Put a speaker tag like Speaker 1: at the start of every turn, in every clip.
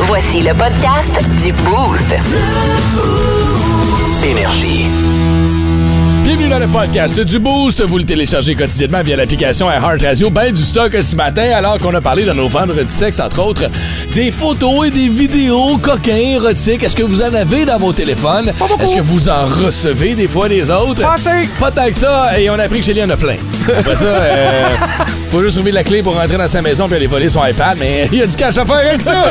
Speaker 1: Voici le podcast du Boost.
Speaker 2: Énergie.
Speaker 3: Bienvenue dans le podcast du Boost. Vous le téléchargez quotidiennement via l'application iHeartRadio. Ben du stock ce matin, alors qu'on a parlé dans nos vendredis sexe, entre autres, des photos et des vidéos coquins, érotiques. Est-ce que vous en avez dans vos téléphones? Est-ce que vous en recevez des fois des autres? Pas tant que ça. Et on a appris que chez lui, il y en a plein. Après ça, euh, faut juste trouver la clé pour rentrer dans sa maison puis aller voler son iPad, mais il y a du cash à faire avec ça.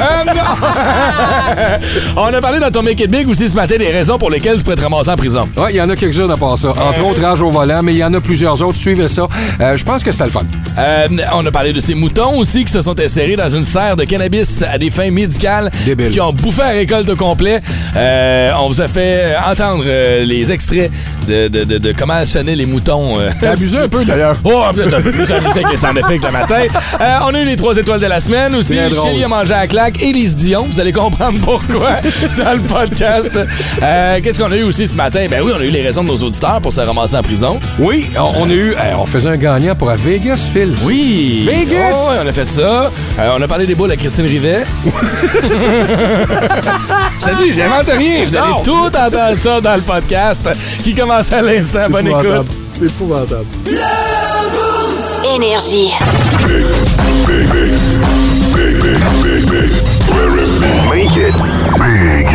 Speaker 3: Ah, non! on a parlé dans ton Make It Big aussi ce matin des raisons pour lesquelles tu pourrais te ramasser en prison.
Speaker 4: Ouais, il y en a quelques-unes à part ça. Entre autres, rage au volant, mais il y en a plusieurs autres. Suivez ça. Euh, je pense que c'était le fun.
Speaker 3: Euh, on a parlé de ces moutons aussi qui se sont insérés dans une serre de cannabis à des fins médicales.
Speaker 4: Débile.
Speaker 3: Qui ont bouffé la récolte au complet. Euh, on vous a fait entendre euh, les extraits de, de- de- de comment sonnaient les moutons. euh,
Speaker 4: T'as abusé un peu, d'ailleurs.
Speaker 3: Oh, peut-être un peu plus amusé que les sound effects le matin. Euh, on a eu les trois étoiles de la semaine aussi.
Speaker 4: Très drôle.
Speaker 3: Chélie a mangé à la claque. Élise Dion, vous allez comprendre pourquoi dans le podcast. Euh, Qu'est-ce qu'on a eu aussi ce matin? Ben oui, on a eu les raisons de nos auditeurs pour se ramasser en prison.
Speaker 4: Oui, on, on a eu. euh, on faisait un gagnant pour à Vegas, Phil.
Speaker 3: Oui!
Speaker 4: Vegas!
Speaker 3: Oh, ouais, on a fait ça. Euh, on a parlé des boules à Christine Rivet. Je te dis, j'invente rien. Vous allez
Speaker 4: Non.
Speaker 3: tout entendre ça dans le podcast qui commence à l'instant. Bonne écoute.
Speaker 4: Épouvantable.
Speaker 1: Énergie.
Speaker 2: Make it big.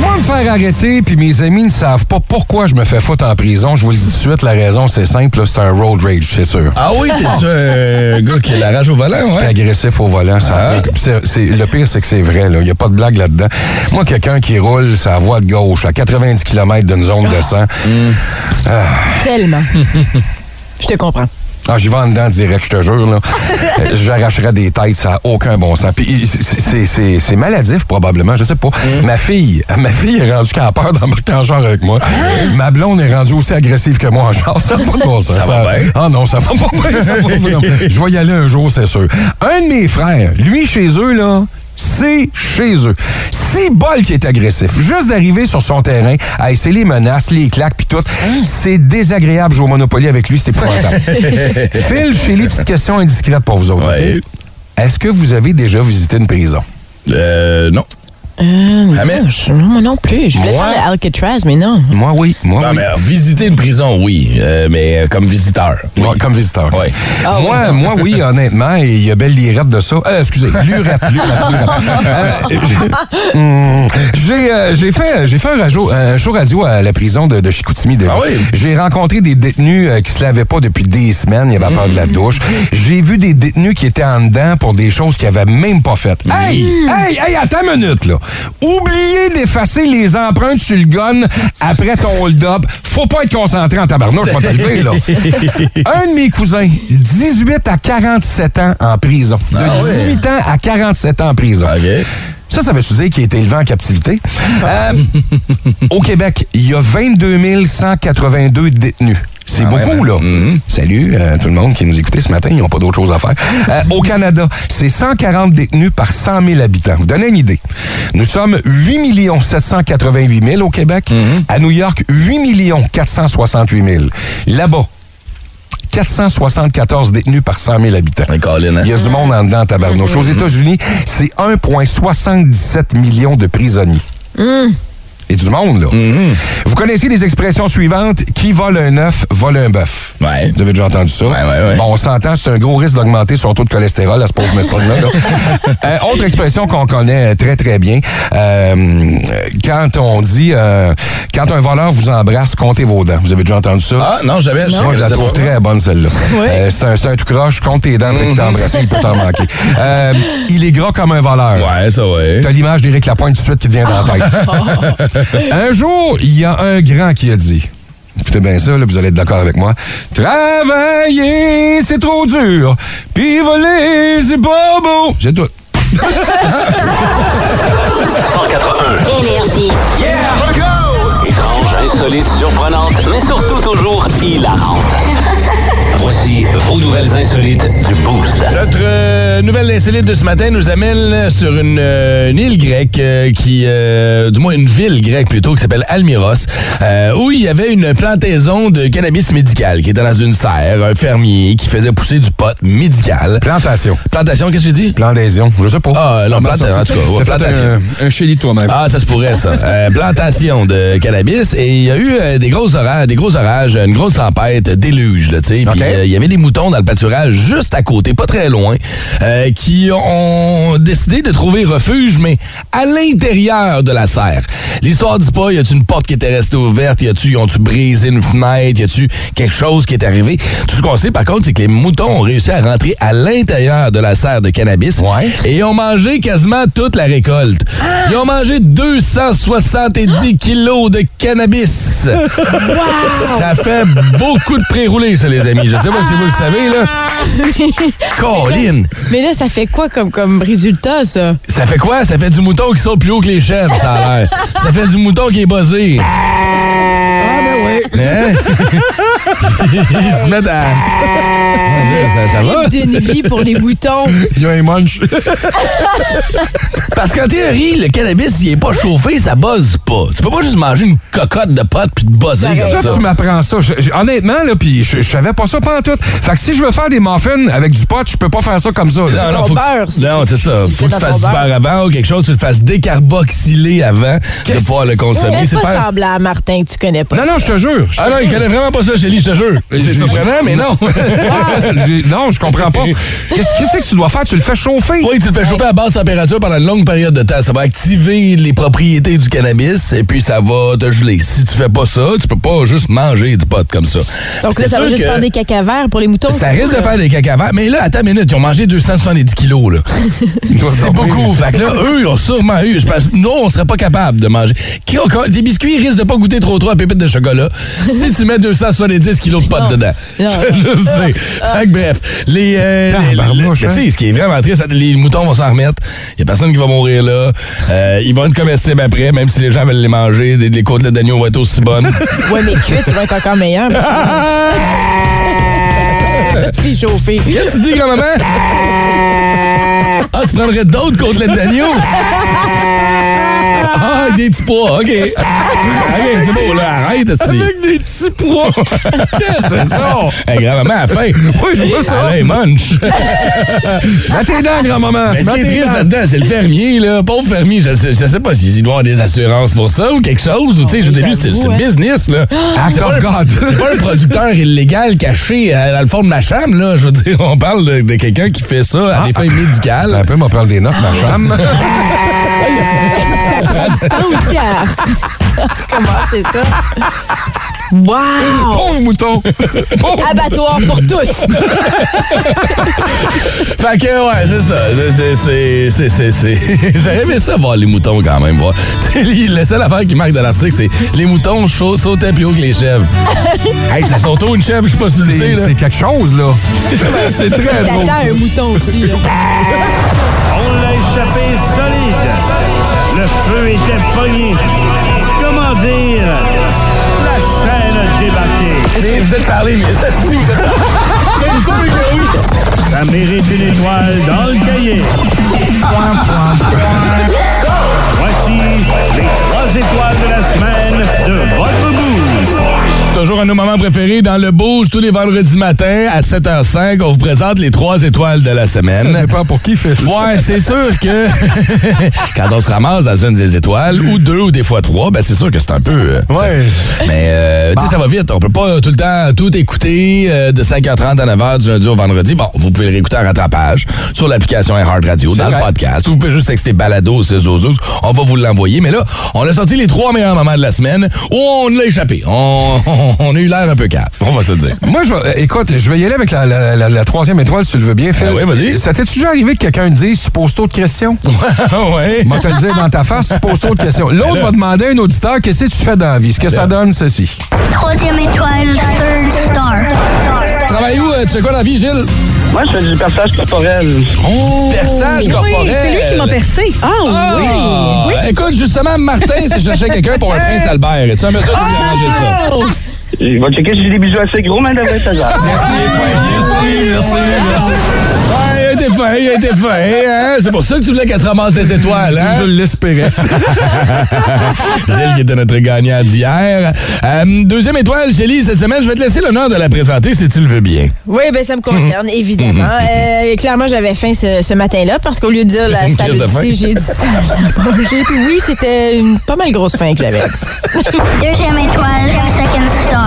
Speaker 4: Moi, me faire arrêter, puis mes amis ne savent pas pourquoi je me fais foutre en prison. Je vous le dis tout de suite, la raison, c'est simple. là, C'est un road rage, c'est sûr.
Speaker 3: Ah oui, t'es un gars qui a la rage au volant, Ah.
Speaker 4: T'es agressif au volant, ça a rien que- c'est- c'est- Le pire, c'est que c'est vrai, là. Il n'y a pas de blague là-dedans. Moi, quelqu'un qui roule sa voie de gauche à 90 km d'une zone
Speaker 3: Ah.
Speaker 4: de 100,
Speaker 5: Tellement. Je te comprends.
Speaker 4: Ah, j'y vais en dedans direct, je te jure. là. Euh, J'arracherais des têtes, ça n'a aucun bon sens. Puis c'est- c'est- c'est c'est maladif, probablement, je sais pas.
Speaker 3: Mm.
Speaker 4: Ma fille, ma fille est rendue qu'elle a peur d'embarquer en genre avec
Speaker 3: Ah!
Speaker 4: moi. Ma blonde est rendue aussi agressive que moi en genre. Ça n'a pas de bon sens.
Speaker 3: Ça va bien.
Speaker 4: Ah non, ça va pas bien. ça va vraiment. Je vais y aller un jour, c'est sûr. Un de mes frères, lui, chez eux, là, c'est chez eux. C'est bol qui est agressif. Juste d'arriver sur son terrain, à essayer les menaces, les claques, puis tout.
Speaker 3: Hein?
Speaker 4: C'est désagréable jouer au Monopoly avec lui, c'est épouvantable. Phil, chez les petites questions indiscrètes pour vous autres.
Speaker 3: Ouais.
Speaker 4: ok? Est-ce que vous avez déjà visité une prison?
Speaker 3: Euh, non.
Speaker 5: Euh,
Speaker 3: Ah, mais-
Speaker 5: non, je- non, moi non plus. Je voulais
Speaker 3: Moi-
Speaker 5: faire le Alcatraz, mais non.
Speaker 4: Moi, oui. Moi,
Speaker 3: Non,
Speaker 4: oui.
Speaker 3: mais euh, visiter une prison, oui, euh, mais euh, comme visiteur.
Speaker 4: Ouais, comme visiteur.
Speaker 3: Ouais.
Speaker 5: Ah,
Speaker 4: moi, moi, oui, honnêtement, et il y a belle lirette de ça. Euh, excusez, lurette, lurette, lurette. Euh, j'ai- Hmm, j'ai, euh, j'ai fait, j'ai fait un, rajo- un show radio à la prison de, de Chicoutimi. déjà.
Speaker 3: Ah oui?
Speaker 4: J'ai rencontré des détenus euh, qui se lavaient pas depuis des semaines. Ils avaient peur
Speaker 3: Hmm.
Speaker 4: de la douche. J'ai vu des détenus qui étaient en dedans pour des choses qu'ils avaient même pas faites. Hey! Hey! Hey! Attends une minute, là. Oubliez d'effacer les empreintes sur le gun après ton hold-up. Faut pas être concentré en tabarnouche, je vais te le dire, là. Un de mes cousins, 18 à 47 ans en prison. De
Speaker 3: Ah ouais. Ah
Speaker 4: 18 ans à 47 ans en prison.
Speaker 3: OK.
Speaker 4: Ça, ça veut-tu dire qu'il a été élevé en captivité? Euh, au Québec, il y a 22 182 détenus. C'est
Speaker 3: Ah ouais,
Speaker 4: beaucoup,
Speaker 3: ben,
Speaker 4: là. Salut euh, tout le monde qui nous écoutait ce matin. Ils n'ont pas d'autre chose à faire. Euh, au Canada, c'est 140 détenus par 100 000 habitants. Vous donnez une idée. Nous sommes 8 788 000 au Québec.
Speaker 3: Mm-hmm.
Speaker 4: À New York, 8 468 000. Là-bas, 474 détenus par 100 000 habitants.
Speaker 3: Un Colin, hein?
Speaker 4: Il y a du monde en dedans, tabarnouche. Aux États-Unis, c'est 1,77 million de prisonniers. Et du monde,
Speaker 3: Mm.
Speaker 4: là.
Speaker 3: Mhm.
Speaker 4: Vous connaissez les expressions suivantes. Qui vole un œuf, vole un bœuf.
Speaker 3: Ouais.
Speaker 4: Vous avez déjà entendu ça?
Speaker 3: ouais, ouais.
Speaker 4: Bon, on s'entend, c'est un gros risque d'augmenter son taux de cholestérol à ce pauvre message-là. là. Euh, autre expression qu'on connaît très, très bien. euh, euh, quand on dit, euh, quand un voleur vous embrasse, comptez vais dents. Vous avez déjà entendu ça?
Speaker 3: Ah, non, jamais.
Speaker 4: Moi, je la trouve très bonne, celle-là. Euh, c'est un, c'est un tout croche. Compte tes dents après qu'il t'a embrassé, il peut t'en manquer. Euh, il est gras comme un voleur.
Speaker 3: Ouais, ça, ouais.
Speaker 4: T'as l'image d'Éric Lapointe tout de suite qui te vient dans la tête. un jour, il y a un grand qui a dit... Écoutez bien ça, là, vous allez être d'accord avec moi. Travailler, c'est trop dur. Puis voler, c'est pas beau. C'est tout.
Speaker 2: 181.
Speaker 1: Énergie.
Speaker 2: Étrange, insolite, surprenante, mais surtout toujours hilarante. Voici vos nouvelles insolites du Boost.
Speaker 3: Notre euh, nouvelle insolite de ce matin nous amène sur une, euh, une île grecque euh, qui, euh, du moins une ville grecque plutôt, qui s'appelle Almiros, euh, où il y avait une plantaison de cannabis médical qui était dans une serre, un fermier qui faisait pousser du pot médical.
Speaker 4: Plantation.
Speaker 3: Plantation, qu'est-ce que tu dis?
Speaker 4: Plantation. Je sais pas.
Speaker 3: Ah, non,
Speaker 4: Comment
Speaker 3: planta-
Speaker 4: ça,
Speaker 3: en tout cas, ouais,
Speaker 4: T'as fait
Speaker 3: plantation.
Speaker 4: Un, un chéri toi-même.
Speaker 3: Ah, ça se pourrait, ça. Euh, plantation de cannabis. Et il y a eu euh, des gros orages, des gros orages, une grosse tempête, déluge, là, tu sais. Puis
Speaker 4: OK.
Speaker 3: euh, il y avait des moutons dans le pâturage juste à côté, pas très loin, euh, qui ont décidé de trouver refuge, mais à l'intérieur de la serre. L'histoire dit pas, y a-tu une porte qui était restée ouverte, y a-tu, y ont-tu brisé une fenêtre, y a-tu quelque chose qui est arrivé. Tout ce qu'on sait, par contre, c'est que les moutons ont réussi à rentrer à l'intérieur de la serre de cannabis.
Speaker 4: Ouais.
Speaker 3: Et ils ont mangé quasiment toute la récolte. Ils ont mangé 270 kilos de cannabis. Ça fait beaucoup de pré-roulés, ça, les amis. Je sais pas si vous le savez, là. Colline!
Speaker 5: Mais là, ça fait quoi comme, comme résultat, ça?
Speaker 3: Ça fait quoi? Ça fait du mouton qui saute plus haut que les chèvres, ça a l'air. Ça fait du mouton qui est buzzé. Ah, ben oui. Ils se mettent à... Ça, ça va?
Speaker 5: D'une vie Ah pour les moutons.
Speaker 4: Il y a un munch.
Speaker 3: Parce qu'en théorie, le cannabis, il est pas chauffé, ça buzz pas. Tu peux pas juste manger une cocotte de pote puis te buzzer
Speaker 4: Ben, Ça,
Speaker 3: comme ça.
Speaker 4: tu m'apprends ça. Je- je- honnêtement, là, puis je, je savais pas ça pas en tout. Fait que si je veux faire des muffins avec du pot, je peux pas faire ça comme ça. là.
Speaker 3: Non, non,
Speaker 5: ton
Speaker 3: faut que-
Speaker 5: beurre, si
Speaker 3: non, c'est ça.
Speaker 5: tu le
Speaker 3: faut que
Speaker 5: fais
Speaker 3: tu
Speaker 5: dans
Speaker 3: fasses du
Speaker 5: ton
Speaker 3: beurre avant ou quelque chose, tu le fasses décarboxyler avant de
Speaker 4: Qu'est-ce
Speaker 3: pouvoir le
Speaker 4: que
Speaker 3: consommer. C'est
Speaker 5: C'est pas
Speaker 3: pas.
Speaker 5: semblant à Martin que tu connais pas.
Speaker 4: Non, non, je te jure. Je-
Speaker 3: Ah non, il connaît vraiment pas ça, Chélie, je te jure. C'est
Speaker 4: J'ai-
Speaker 3: surprenant, mais non.
Speaker 4: J'ai- non, je comprends pas. Qu'est-ce qu'est-ce que tu dois faire? Tu le fais chauffer.
Speaker 3: Oui, tu te fais chauffer à basse température pendant une longue période de temps. Ça va activer les propriétés du cannabis et puis ça va te geler. Si tu fais pas ça, tu peux pas juste manger du pot comme ça.
Speaker 5: Donc là,
Speaker 3: C'est
Speaker 5: ça va
Speaker 3: sûr
Speaker 5: juste
Speaker 3: que-
Speaker 5: faire des caca verts pour les moutons.
Speaker 3: Ça
Speaker 5: c'est
Speaker 3: risque
Speaker 5: cool,
Speaker 3: de
Speaker 5: là.
Speaker 3: faire des cacavants. Mais là, attends une minute, ils ont mangé 270 kilos, là. C'est beaucoup. Fait que là, eux, ils ont sûrement eu. Je pense, nous, on serait pas capable de manger. Qui- encore- Des biscuits risquent de pas goûter trop trop à pépites de chocolat si tu mets 270 kilos de potes
Speaker 5: Non.
Speaker 3: dedans.
Speaker 5: Non, Ah.
Speaker 3: Je, je sais. Fait que bref, les. euh, les-
Speaker 4: Tabarnouche,
Speaker 3: les-
Speaker 4: hein.
Speaker 3: tu sais, ce qui est vraiment triste, c'est que les moutons vont s'en remettre. Il y a personne qui va mourir là. Euh, ils vont être comestibles après, même si les gens veulent les manger. Les, les côtelettes d'agneau vont être aussi bonnes.
Speaker 5: Ouais, mais cuite, ça va être encore meilleur. parce que- C'est chauffé.
Speaker 3: Qu'est-ce que tu dis, grand-maman? Ah, tu prendrais d'autres côtelettes d'agneau? Ah, avec des petits pois, OK. OK, c'est beau, là, arrête, aussi.
Speaker 4: Avec des petits pois. C'est ça.
Speaker 3: Hey, grand-maman, à la fin.
Speaker 4: Oui, je vois ça.
Speaker 3: Hey, munch.
Speaker 4: Mets tes dents, grand-maman.
Speaker 3: Mais ce qui
Speaker 4: Mets
Speaker 3: est
Speaker 4: tes
Speaker 3: triste
Speaker 4: dents.
Speaker 3: là-dedans, c'est le fermier, là. Pauvre fermier, je sais, je sais pas s'il doit avoir des assurances pour ça ou quelque chose. Ou, tu sais, je début, c'est c'est
Speaker 5: j'avoue,
Speaker 3: une
Speaker 5: hein.
Speaker 3: business, là.
Speaker 4: Act
Speaker 3: Ah, C'est pas
Speaker 4: of
Speaker 3: un-
Speaker 4: God.
Speaker 3: C'est pas un producteur illégal caché euh, dans le fond de ma chambre, là. Je veux dire, on parle de, de quelqu'un qui fait ça à des fins médicales.
Speaker 4: Ah.
Speaker 3: Ah.
Speaker 4: Un peu, m'en prendre des notes, ma femme.
Speaker 5: C'est temps aussi à recommencer ça. Wow!
Speaker 4: Pauvre mouton.
Speaker 5: Abattoir pour tous!
Speaker 3: Fait que, ouais, c'est ça. C'est- c'est- C'est. c'est- c'est- c'est- J'aurais aimé ça voir les moutons quand même. Voir. Tu sais, il- la seule affaire qui marque dans l'article, c'est les moutons chau- sautaient plus haut que les chèvres. hey, ça saute haut une chèvre, je sais pas si tu le sais,
Speaker 4: C'est
Speaker 3: là.
Speaker 4: c'est quelque chose, là.
Speaker 3: C'est très drôle.
Speaker 5: T'attends un mouton aussi, là.
Speaker 6: On l'a échappé solide. Le feu était pogné. Comment dire? La chaîne a débarqué.
Speaker 3: Mais Vous êtes parlé, mais ça se dit, vous êtes- Mais vous savez que oui.
Speaker 6: Ça mérite une étoile dans le cahier. Voici les trois étoiles de la semaine de votre boost.
Speaker 3: Toujours un de nos moments préférés dans le Bouge, tous les vendredis matins à 7h05. On vous présente les trois étoiles de la
Speaker 4: Ça
Speaker 3: semaine.
Speaker 4: dépend pour qui fait.
Speaker 3: Ouais, c'est sûr que quand on se ramasse dans une des étoiles, ou deux, ou des fois trois, ben c'est sûr que c'est un peu... euh, tu sais.
Speaker 4: Ouais.
Speaker 3: Mais, euh, tu sais, ça va vite. On peut pas euh, tout le temps tout écouter euh, de 5h30 à 9h du lundi au vendredi. Bon, vous pouvez le réécouter en rattrapage sur l'application Hard Radio, dans
Speaker 4: vrai.
Speaker 3: le podcast. Ou vous pouvez juste texter balado c'est zozos. On va vous l'envoyer. Mais là, on a sorti les trois meilleurs moments de la semaine où on l'a échappé. On, on- on a eu l'air un peu cave, on va se le dire.
Speaker 4: Moi, je vais- euh, écoute, je vais y aller avec la, la- la- la troisième étoile, si tu le veux bien, Phil.
Speaker 3: Ah ouais, vas-y.
Speaker 4: Ça t'est toujours arrivé que quelqu'un te dise, tu poses trop de questions?
Speaker 3: ouais. Ben
Speaker 4: Moi, te le dire dans ta face, tu poses trop de questions. L'autre va demander à un auditeur, qu'est-ce que tu fais dans la vie? Ce que ça donne, ceci.
Speaker 7: Troisième étoile, third star.
Speaker 3: Travaillez-vous, euh, tu fais quoi dans la vie, Gilles? Oh!
Speaker 8: Moi, je fais du perçage corporel.
Speaker 3: Perçage corporel.
Speaker 5: percé. Ah oui! Hein?
Speaker 3: Ah, Écoute, justement, Martin s'est cherché quelqu'un pour un prince Albert. Es-tu en mesure de lui arranger ça?
Speaker 8: Il va checker si j'ai des bijoux assez gros, mais devrait être hasard.
Speaker 4: Merci, merci, merci.
Speaker 3: Ouais, il a été fin, il a été fin. hein? C'est pour ça que tu voulais qu'elle se ramasse des étoiles. Hein?
Speaker 4: Je l'espérais.
Speaker 3: Gilles qui était notre gagnant d'hier. Euh, deuxième étoile, Gélie, cette semaine, je vais te laisser l'honneur de la présenter si tu le veux bien.
Speaker 5: Oui, ben ça me concerne,
Speaker 3: Mhm.
Speaker 5: évidemment. Euh, clairement, j'avais faim ce, ce matin-là parce qu'au lieu de dire la
Speaker 3: Crise
Speaker 5: salade
Speaker 3: de faim.
Speaker 5: ici, j'ai dit salade. J'ai- Oui, c'était une pas mal grosse faim que j'avais.
Speaker 7: Deuxième étoile, second star.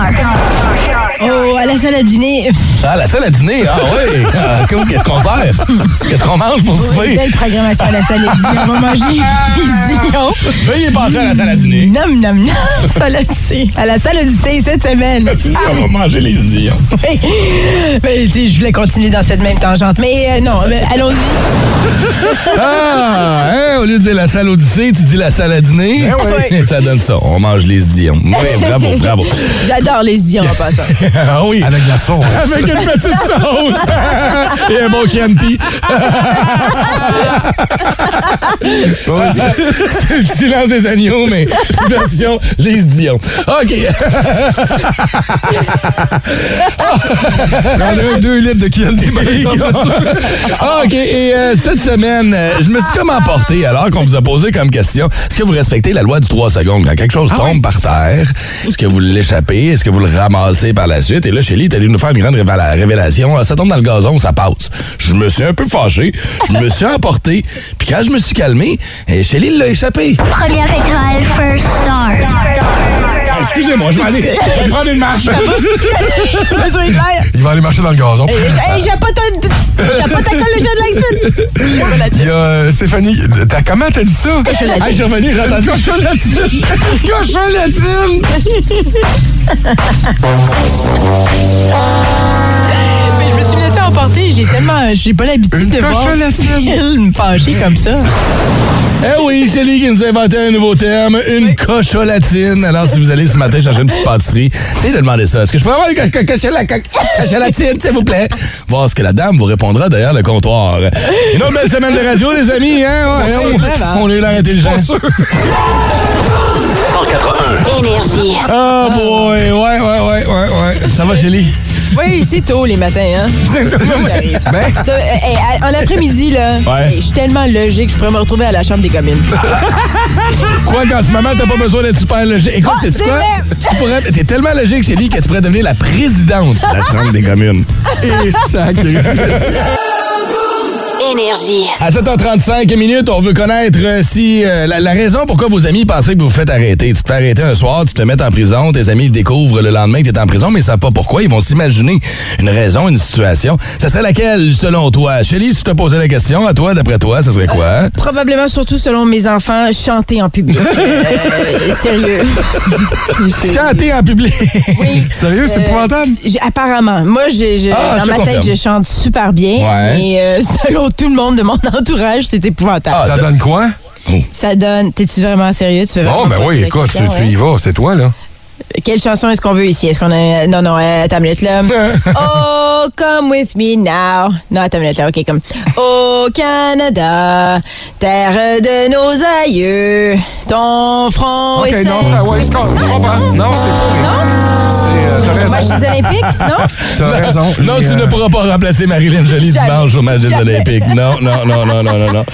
Speaker 5: Oh, à la salle à dîner,
Speaker 3: Ah, la salle à dîner, ah oui. Ah, cool. qu'est-ce qu'on sert? Qu'est-ce qu'on mange pour souper?
Speaker 5: belle programmation à la salle à dîner. On va manger idiot.
Speaker 3: Veuillez passer à la salle à dîner.
Speaker 5: Nom, nom, nom. Saladier. À la salle dîner cette semaine.
Speaker 3: On va manger les idiots.
Speaker 5: Oui. Mais tu sais, je voulais continuer dans cette même tangente. Mais euh, non, mais allons-y.
Speaker 3: Ah, hein, au lieu de dire la salle Odyssée, tu dis la salle à dîner.
Speaker 4: Ben
Speaker 5: oui.
Speaker 3: Ça donne ça. On mange les idiots. Oui, bravo, bravo.
Speaker 5: J'adore les idiots en passant.
Speaker 3: Ah oui.
Speaker 4: Avec la sauce.
Speaker 3: Avec une petite sauce et un bon Chianti.
Speaker 4: Ah.
Speaker 3: C'est le silence des agneaux, mais version les Dion. OK.
Speaker 4: On a eu deux litres de Chianti, par exemple, c'est sûr.
Speaker 3: OK. Et euh, cette semaine, euh, je me suis comme emporté alors qu'on vous a posé comme question est-ce que vous respectez la loi du 3 secondes Quand quelque chose tombe par terre, est-ce que vous l'échappez Est-ce que vous le ramassez par la suite Et là, Shelly est allée nous faire une grande révéla- révélation Ah, ça tombe dans le gazon, ça passe. Je me suis un peu fâché. Je me suis emporté. Puis quand je me suis calmé, euh, Shelly l'a échappé.
Speaker 7: Première étoile, first star.
Speaker 3: Ah, Excusez-moi, je vais aller je vais prendre une marche.
Speaker 5: Ça, c'est clair.
Speaker 4: Il va aller marcher dans le gazon.
Speaker 5: Hey, j'ai pas ton. J'ai pas ta collégienne de l'actitude. J'ai pas la
Speaker 4: Il y a euh, Stéphanie. T'as, comment t'as dit ça?
Speaker 3: Ah, je suis revenu, j'ai entendu.
Speaker 4: Cocholatine! Cocholatine!
Speaker 5: Mais je me suis laissée emporter. J'ai tellement. J'ai pas l'habitude
Speaker 4: Une
Speaker 5: de voir
Speaker 4: cocholatine.
Speaker 5: Phil me fâcher comme ça.
Speaker 3: Eh oui, Shelly qui nous a inventé un nouveau terme, une cocholatine. Alors, si vous allez ce matin chercher une petite pâtisserie, essayez de demander ça. Est-ce que je peux avoir une co- co- cochola- co- cocholatine, s'il vous plaît? Voir ce que la dame vous répondra derrière le comptoir. Une autre belle semaine de radio, les amis, hein? Ouais,
Speaker 5: c'est vrai, hein?
Speaker 3: on, on est là intelligent.
Speaker 2: 181.
Speaker 1: énergie.
Speaker 3: Oh boy, ouais, ouais, ouais, ouais, ouais. Ça va, Shelly?
Speaker 5: Oui, c'est tôt les matins, hein. Ça arrive.
Speaker 4: Ben,
Speaker 5: Ça, euh, hey, à- en après-midi, là,
Speaker 3: Ouais.
Speaker 5: hey, je suis tellement logique, je pourrais me retrouver à la Chambre des communes.
Speaker 3: Quoi qu'en ce moment, t'as pas besoin d'être super logique. Écoute,
Speaker 5: Oh,
Speaker 3: c'est
Speaker 5: c'est
Speaker 3: quoi?
Speaker 5: vrai!
Speaker 3: Tu pourrais, t'es tellement logique, Shelly, que tu pourrais devenir la présidente de la Chambre des communes.
Speaker 4: et sacrifice.
Speaker 1: Énergie.
Speaker 3: À 7h35 minutes, on veut connaître euh, si euh, la, la raison pourquoi vos amis pensaient que vous vous faites arrêter. Tu te fais arrêter un soir, tu te mets en prison, tes amis découvrent le lendemain que tu es en prison, mais ils savent pas pourquoi. Ils vont s'imaginer une raison, une situation. Ça serait laquelle, selon toi? Shelly, si je te posais la question, à toi, d'après toi, ça serait quoi? hein?
Speaker 5: Probablement, surtout selon mes enfants, chanter en public. Euh, sérieux.
Speaker 3: Chanter en public!
Speaker 5: Oui.
Speaker 4: Sérieux, c'est
Speaker 5: Euh,
Speaker 4: épouvantable?
Speaker 5: j'ai- Apparemment. Moi, j'ai j'ai-
Speaker 3: Ah, je
Speaker 5: dans
Speaker 3: te
Speaker 5: ma
Speaker 3: confirme.
Speaker 5: tête, je chante super bien.
Speaker 3: Ouais.
Speaker 5: Mais euh, selon tout le monde de mon entourage, c'est épouvantable.
Speaker 3: Ah,
Speaker 4: Ça donne quoi?
Speaker 5: Ça donne. T'es-tu vraiment sérieux? Tu veux vraiment
Speaker 4: Oh, ben
Speaker 5: me poser
Speaker 4: oui,
Speaker 5: la
Speaker 4: écoute, tu,
Speaker 5: question,
Speaker 4: tu y
Speaker 5: hein?
Speaker 4: vas, c'est toi, là.
Speaker 5: Quelle chanson est-ce qu'on veut ici? Est-ce qu'on a. Non, non, euh, attends une minute, là. oh, come with me now. Non, attends une minute, là. OK, comme. Au Canada, terre de nos aïeux, ton front
Speaker 4: OK,
Speaker 5: est
Speaker 4: non,
Speaker 5: sec.
Speaker 4: ça, ouais, c'est pas pas. Non, c'est pas.
Speaker 5: Non?
Speaker 4: C'est, euh, t'as
Speaker 5: Match
Speaker 4: raison.
Speaker 5: hein? des Olympiques? Non?
Speaker 4: T'as raison.
Speaker 3: Non,
Speaker 4: Les,
Speaker 3: tu
Speaker 4: euh,
Speaker 3: ne pourras pas remplacer Marilyn Jolie
Speaker 5: Jamais.
Speaker 3: dimanche au match des
Speaker 5: Jamais.
Speaker 3: Olympiques. Non, non, non, non, non, non, non.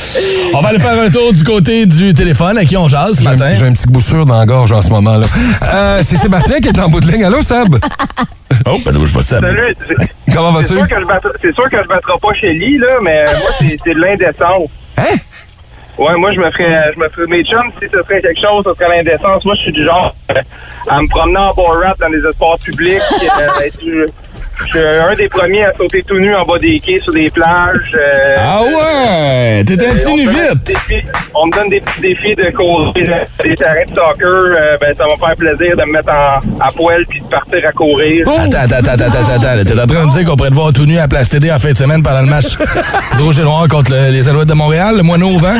Speaker 3: On va aller faire un tour du côté du téléphone à qui on jase ce
Speaker 4: j'ai un-
Speaker 3: matin.
Speaker 4: J'ai un petit boussure dans la gorge en ce moment, là. Euh, c'est Sébastien qui est en bout de ligne. Allô, Seb?
Speaker 3: Oh, ben, bouge pas ça.
Speaker 8: Salut.
Speaker 4: Comment
Speaker 8: C'est
Speaker 4: vas-tu?
Speaker 8: sûr que je battrai- c'est sûr que je battrai pas chez Lee, là, mais moi, c'est c'est de l'indécence.
Speaker 4: Hein?
Speaker 8: Ouais, moi, je me ferais, euh, je me ferais, mes chums, si ce serait quelque chose, ce serait l'indécence. Moi, je suis du genre euh, à me promener en bas rap dans les espaces publics. euh, être- je, je suis un des premiers à sauter tout nu en bas des quais sur des plages. euh,
Speaker 3: Ah ouais! T'es un
Speaker 8: Euh,
Speaker 3: petit
Speaker 8: on me
Speaker 3: nu
Speaker 8: donne
Speaker 3: vite!
Speaker 8: des défis- On me donne des petits défis de courir euh, des terrains de soccer. euh, ben, ça va me faire plaisir de me mettre en, à poil puis de partir à courir.
Speaker 3: Attends, attends, attends, attends, attends, attends. là, T'es en train de me dire qu'on pourrait te voir tout nu à la Place TD en fin de semaine pendant le match du Rouge et Noir contre le- les Alouettes de Montréal, le moineau au vent?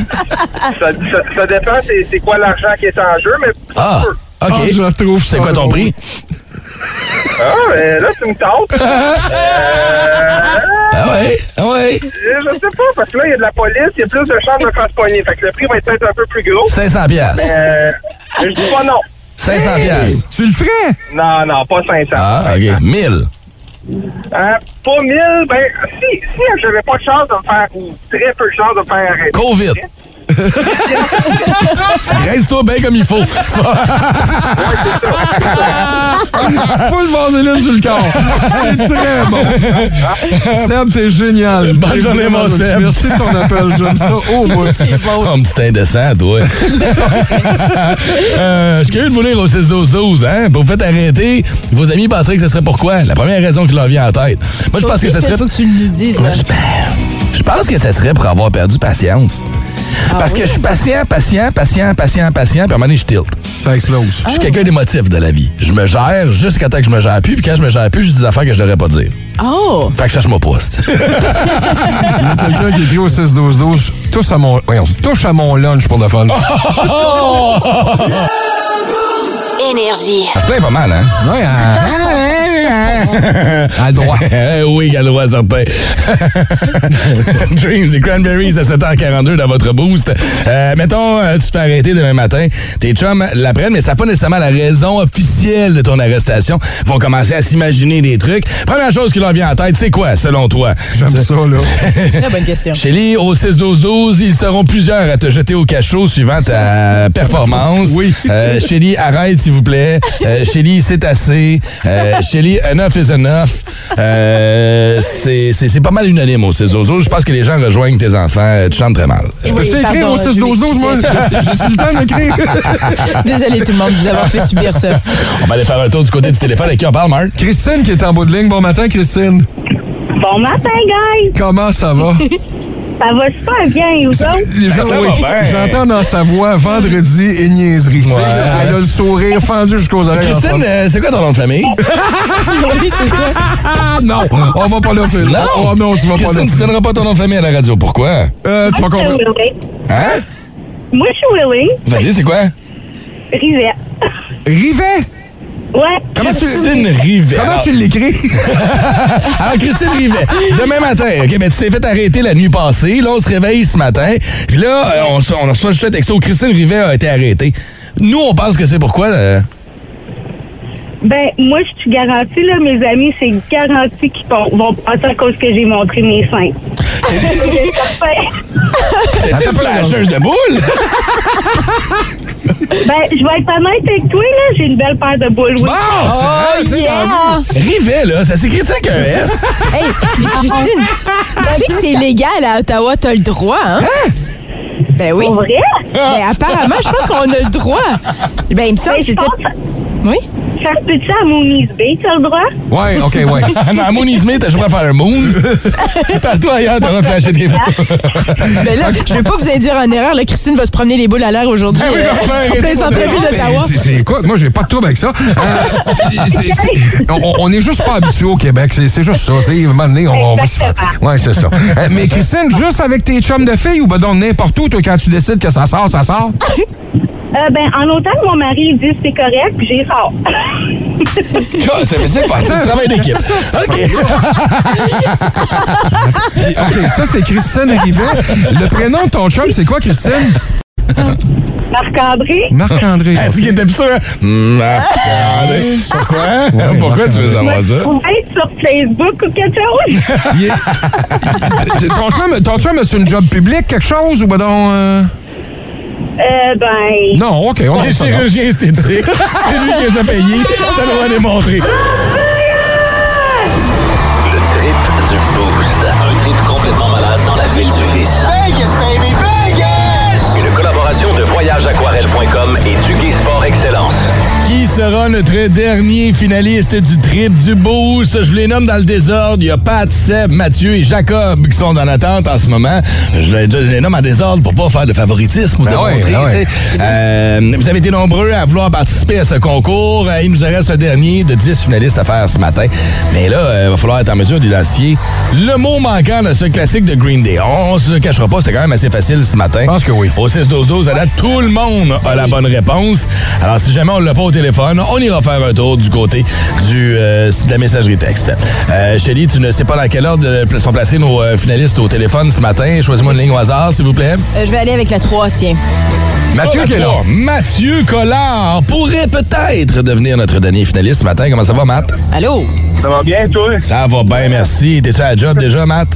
Speaker 8: Ça, ça, ça dépend c'est, c'est quoi l'argent qui est en jeu, mais
Speaker 3: Ah! OK.
Speaker 4: Ah, je retrouve ça
Speaker 3: C'est quoi ton
Speaker 4: drôle.
Speaker 3: prix?
Speaker 8: Ah, euh, là, tu me tentes.
Speaker 3: Ah ouais? Ah ouais?
Speaker 8: Euh, je sais pas, parce que là, il y a de la police, il y a plus de chances de me faire pogner. Fait que le prix va être peut-être un peu plus gros.
Speaker 3: 500 piastres.
Speaker 8: Euh, mais je dis pas non.
Speaker 3: 500
Speaker 4: Hey!
Speaker 3: piastres.
Speaker 4: Tu le ferais?
Speaker 8: Non, non, pas 500.
Speaker 3: Ah, OK. 1000.
Speaker 8: Hein, pas 1000, ben, si, si j'avais pas de chance de me faire, ou très peu de chance de me faire arrêter.
Speaker 3: COVID. Graisse-toi bien comme il faut. Tu vas- Full vaseline sur le corps.
Speaker 4: C'est très bon. Seb, t'es génial.
Speaker 3: Bonne
Speaker 4: T'es
Speaker 3: journée,
Speaker 4: vraiment
Speaker 3: mon
Speaker 4: bon.
Speaker 3: Seb.
Speaker 4: Merci de ton appel. J'aime ça. Oh, moi.
Speaker 3: Oh, petit indécent, toi. euh, je suis curieux de vous lire au 6-12-12. Hein? Pour vous faites arrêter, vos amis penseraient que ce serait pourquoi? La première raison qui leur vient en tête. Moi, je pense que ce serait...
Speaker 5: faut que tu nous dises.
Speaker 3: Moi,
Speaker 5: là.
Speaker 3: je, ben, je pense que ça serait pour avoir perdu patience.
Speaker 5: Ah
Speaker 3: Parce que je suis patient, patient, patient, patient, patient, puis à un moment donné, je tilte.
Speaker 4: Ça explose.
Speaker 3: Je suis quelqu'un d'émotif de la vie. Je me gère jusqu'à temps que je me gère plus, puis quand je me gère plus, je dis des affaires que je devrais pas dire.
Speaker 5: Oh!
Speaker 3: Fait que cherche-moi pas. c'est-
Speaker 4: Quelqu'un qui écrit au 6-12-12, touche à mon... Voyons, touche à mon lunch pour le fun.
Speaker 3: Oh,
Speaker 1: énergie.
Speaker 3: Ça se plaint pas mal, hein?
Speaker 4: Ouais, à... à droite.
Speaker 3: Eh oui, Galois, certain. Dreams et Cranberries à 7h42 dans votre boost. Euh, mettons, euh, tu te fais arrêter demain matin, tes chums l'apprennent, mais ça n'a pas nécessairement la raison officielle de ton arrestation. Ils vont commencer à s'imaginer des trucs. Première chose qui leur vient en tête, c'est quoi, selon toi?
Speaker 4: J'aime ça, là.
Speaker 5: Très bonne question.
Speaker 3: Chélie, au 6-12-12, ils seront plusieurs à te jeter au cachot suivant ta performance.
Speaker 4: Oui.
Speaker 3: Euh, Chélie, arrête, s'il vous plaît. Euh, Chélie, c'est assez. Euh, Chélie, enough is enough. Euh, c'est c'est- c'est pas mal unanime au 6-12-12. Je pense que les gens rejoignent tes enfants. Euh, Tu chantes très mal.
Speaker 4: Je peux-tu
Speaker 5: Oui,
Speaker 4: écrire
Speaker 5: pardon,
Speaker 4: au
Speaker 5: je
Speaker 4: 6-12-12, moi? J'ai-tu le temps d'écrire?
Speaker 5: Désolé tout le monde de vous avoir fait subir ça.
Speaker 3: On va aller faire un tour du côté du téléphone avec qui on parle, Marc.
Speaker 4: Christine qui est en bout de ligne. Bon matin, Christine.
Speaker 9: Bon matin, guys!
Speaker 4: Comment ça va?
Speaker 9: Ça va super bien, vous autres?
Speaker 4: J'en-
Speaker 3: ça va bien.
Speaker 4: J'entends dans sa voix vendredi et niaiserie. Tu sais,
Speaker 3: Ouais.
Speaker 4: Elle a le sourire fendu jusqu'aux oreilles.
Speaker 3: Christine, euh, c'est quoi ton nom de famille?
Speaker 5: Oui, c'est ça.
Speaker 4: Ah non, on va pas le faire. Oh non, tu vas pas
Speaker 3: Christine,
Speaker 4: le
Speaker 3: tu
Speaker 4: faire.
Speaker 3: donneras pas Ah, ton nom de famille à la radio. Pourquoi?
Speaker 4: Euh, tu vas
Speaker 9: Je
Speaker 4: comprendre.
Speaker 9: suis willing.
Speaker 3: Hein?
Speaker 9: Moi, je suis willing.
Speaker 3: Vas-y, c'est quoi?
Speaker 9: Rivette.
Speaker 4: Rivet!
Speaker 9: Ouais.
Speaker 3: Christine Rivet.
Speaker 4: Comment
Speaker 3: Alors,
Speaker 4: tu l'écris?
Speaker 3: Alors, Christine Rivet, demain matin, OK, ben, tu t'es fait arrêter la nuit passée. Là, on se réveille ce matin. Puis là, euh, on, se- on reçoit juste un texto. Christine Rivet a été arrêtée. Nous, on pense que c'est pourquoi. euh,
Speaker 9: Ben, moi, je suis garantie, là, mes amis, c'est garanti qu'ils vont- vont penser à cause que j'ai montré mes seins. Ben, C'est certain.
Speaker 3: T'es-tu une flasheuse de boules?
Speaker 9: ben, je vais être honnête avec toi, là, j'ai une belle paire de boules, oui.
Speaker 3: Bon, Ah, c'est vrai, c'est
Speaker 5: yeah!
Speaker 3: vendu. Rivet, là, ça s'écrit avec un S.
Speaker 5: Hey, mais Christine, tu sais que c'est légal à Ottawa, t'as le droit, hein? Ben oui.
Speaker 9: Pour vrai?
Speaker 5: Ben apparemment, je pense qu'on a le droit. Ben il me semble que
Speaker 9: Ben, je
Speaker 5: c'était.
Speaker 9: pense,
Speaker 5: Oui?
Speaker 9: ça se peut-tu à Mooney's Bay, t'as le droit?
Speaker 4: Ouais, OK, ouais.
Speaker 3: Ah, Non, à Moon Ismay, t'as juste à faire un moon. Puis partout ailleurs, t'auras flashé hein,
Speaker 4: Ah,
Speaker 3: des boules.
Speaker 5: Ben là, je vais pas vous induire en erreur. là. Christine va se promener les boules à l'air aujourd'hui.
Speaker 3: Ben oui,
Speaker 5: euh,
Speaker 3: ben, ben,
Speaker 5: en plein
Speaker 3: ben,
Speaker 5: centre-ville d'Ottawa.
Speaker 4: C'est- C'est écoute, moi j'ai pas de trouble avec ça. Euh, c'est- c'est- on, on est juste pas habitué au Québec, c'est c'est juste ça. tu sais, À un moment donné, on, on va se faire. Ouais, c'est ça. Euh, mais Christine, juste avec tes chums de filles ou ben donc n'importe où, toi, quand tu décides que ça sort, ça sort?
Speaker 9: Euh, ben, en autant que mon mari il dit que c'est correct, puis j'ai sort.
Speaker 3: Ah, C'est mais c'est pas c'est un travail d'équipe. OK.
Speaker 4: OK, ça c'est Christine Rivet. Le prénom de ton chum, c'est quoi, Christine?
Speaker 9: Marc-André,
Speaker 4: Marc-André.
Speaker 3: Est-ce qu'il était plus sûr? Hmm, attendez. Pourquoi? Pourquoi tu veux savoir ça?
Speaker 9: vous être sur Facebook ou quelque chose?
Speaker 4: Il est- ton chum, ton chum, c'est une job publique, quelque chose ou ben donc. euh,
Speaker 10: Eh
Speaker 9: Euh, ben,
Speaker 4: Non, OK, on
Speaker 3: Les
Speaker 4: est
Speaker 3: chirurgiens esthétiques, c'est lui qui les a payés, ça doit les montrer.
Speaker 2: Le trip du Boost. Un trip complètement malade dans la ville du vice. Vegas, baby, Vegas! Une collaboration de voyageaquarelle.com et Duguay Sport Excellence.
Speaker 3: Qui sera notre dernier finaliste du trip du boost? Je les nomme dans le désordre. Il y a Pat, Seb, Mathieu et Jacob qui sont en attente en ce moment. Je les, je les nomme en désordre pour pas faire de favoritisme ou de
Speaker 4: Ben ouais,
Speaker 3: montrer,
Speaker 4: ben
Speaker 3: tu sais.
Speaker 4: ouais.
Speaker 3: Euh, vous avez été nombreux à vouloir participer à ce concours. Euh, Il nous reste un dernier de 10 finalistes à faire ce matin. Mais là, euh, il va falloir être en mesure d'identifier le mot manquant de ce classique de Green Day. On se le cachera pas, c'était quand même assez facile ce matin. Je
Speaker 4: pense que oui.
Speaker 3: Au 6-12-12, à date, tout le monde a la bonne réponse. Alors, si jamais on l'a pas au téléphone, téléphone, on ira faire un tour du côté du, euh, de la messagerie texte. Euh, Shelly, tu ne sais pas dans quelle ordre euh, sont placés nos euh, finalistes au téléphone ce matin. Choisis-moi une ligne au hasard, s'il vous plaît.
Speaker 5: Euh, je vais aller avec la 3, tiens.
Speaker 4: Mathieu
Speaker 3: Pas
Speaker 4: qui est là.
Speaker 3: d'accord. Mathieu Collard pourrait peut-être devenir notre dernier finaliste ce matin. Comment ça va, Matt?
Speaker 5: Allô?
Speaker 8: Ça va bien, toi?
Speaker 3: Ça va bien, merci. T'es-tu à la job déjà, Matt?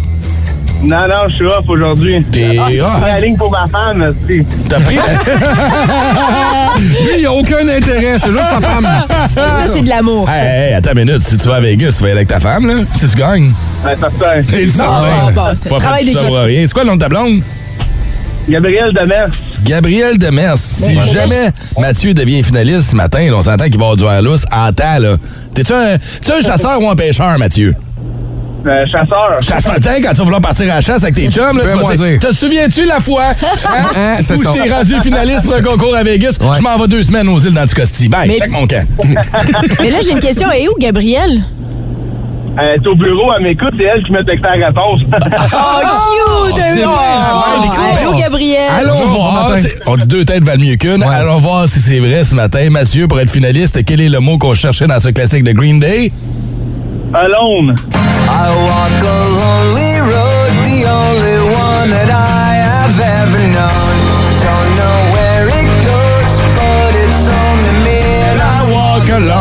Speaker 8: Non, non, je suis off aujourd'hui.
Speaker 3: T'es
Speaker 8: Je prends
Speaker 3: Ah,
Speaker 8: la ligne pour ma femme, aussi.
Speaker 3: t'as pris la-
Speaker 4: Lui, il a aucun intérêt. C'est juste sa femme.
Speaker 3: Ah,
Speaker 5: Ça, c'est de l'amour.
Speaker 3: Hey, hey, attends une minute. Si tu vas à Vegas, tu vas y aller avec ta femme, là. Si tu gagnes.
Speaker 8: Ouais, certain.
Speaker 3: Et le certain.
Speaker 5: bon, bon, c'est
Speaker 3: Pas
Speaker 5: travail
Speaker 3: fait tout ça
Speaker 5: d'équipe.
Speaker 3: pour rien. C'est quoi le nom de ta blonde?
Speaker 8: Gabriel Demers.
Speaker 3: Gabriel Demers. Si jamais Mathieu devient finaliste ce matin, là, on s'entend qu'il va avoir du air lousse en temps, là. T'es-tu un, t'es-tu un chasseur ou un pêcheur, Mathieu?
Speaker 8: Euh, chasseur.
Speaker 3: Chasseur, tu sais, quand tu vas vouloir partir à la chasse avec tes chums, là, tu vas
Speaker 4: Fais-moi
Speaker 3: dire,
Speaker 4: dire.
Speaker 3: te souviens-tu la fois hein,
Speaker 4: Hein,
Speaker 3: où
Speaker 4: c'est
Speaker 3: je
Speaker 4: ça.
Speaker 3: t'ai rendu finaliste pour un concours à Vegas? Je m'en vais deux semaines aux îles d'Anticosti. Bye,
Speaker 5: Mais-
Speaker 3: check mon camp.
Speaker 5: Mais là, j'ai une question. Et où, Gabriel?
Speaker 8: Euh, Elle est au bureau, elle m'écoute, c'est elle qui me texte la réponse.
Speaker 5: Oh, cute!
Speaker 3: Ah, c'est
Speaker 5: Oh,
Speaker 3: vrai, ouais,
Speaker 5: allô,
Speaker 3: ouais.
Speaker 5: Gabriel!
Speaker 3: Allons
Speaker 4: Bonjour, bon
Speaker 3: voir. tu
Speaker 4: matin.
Speaker 3: sais, On dit deux têtes valent mieux qu'une. Allons voir si c'est vrai ce matin. Mathieu, pour être finaliste, quel est le mot qu'on cherchait dans ce classique de Green Day?
Speaker 8: Alone.
Speaker 3: I walk alone.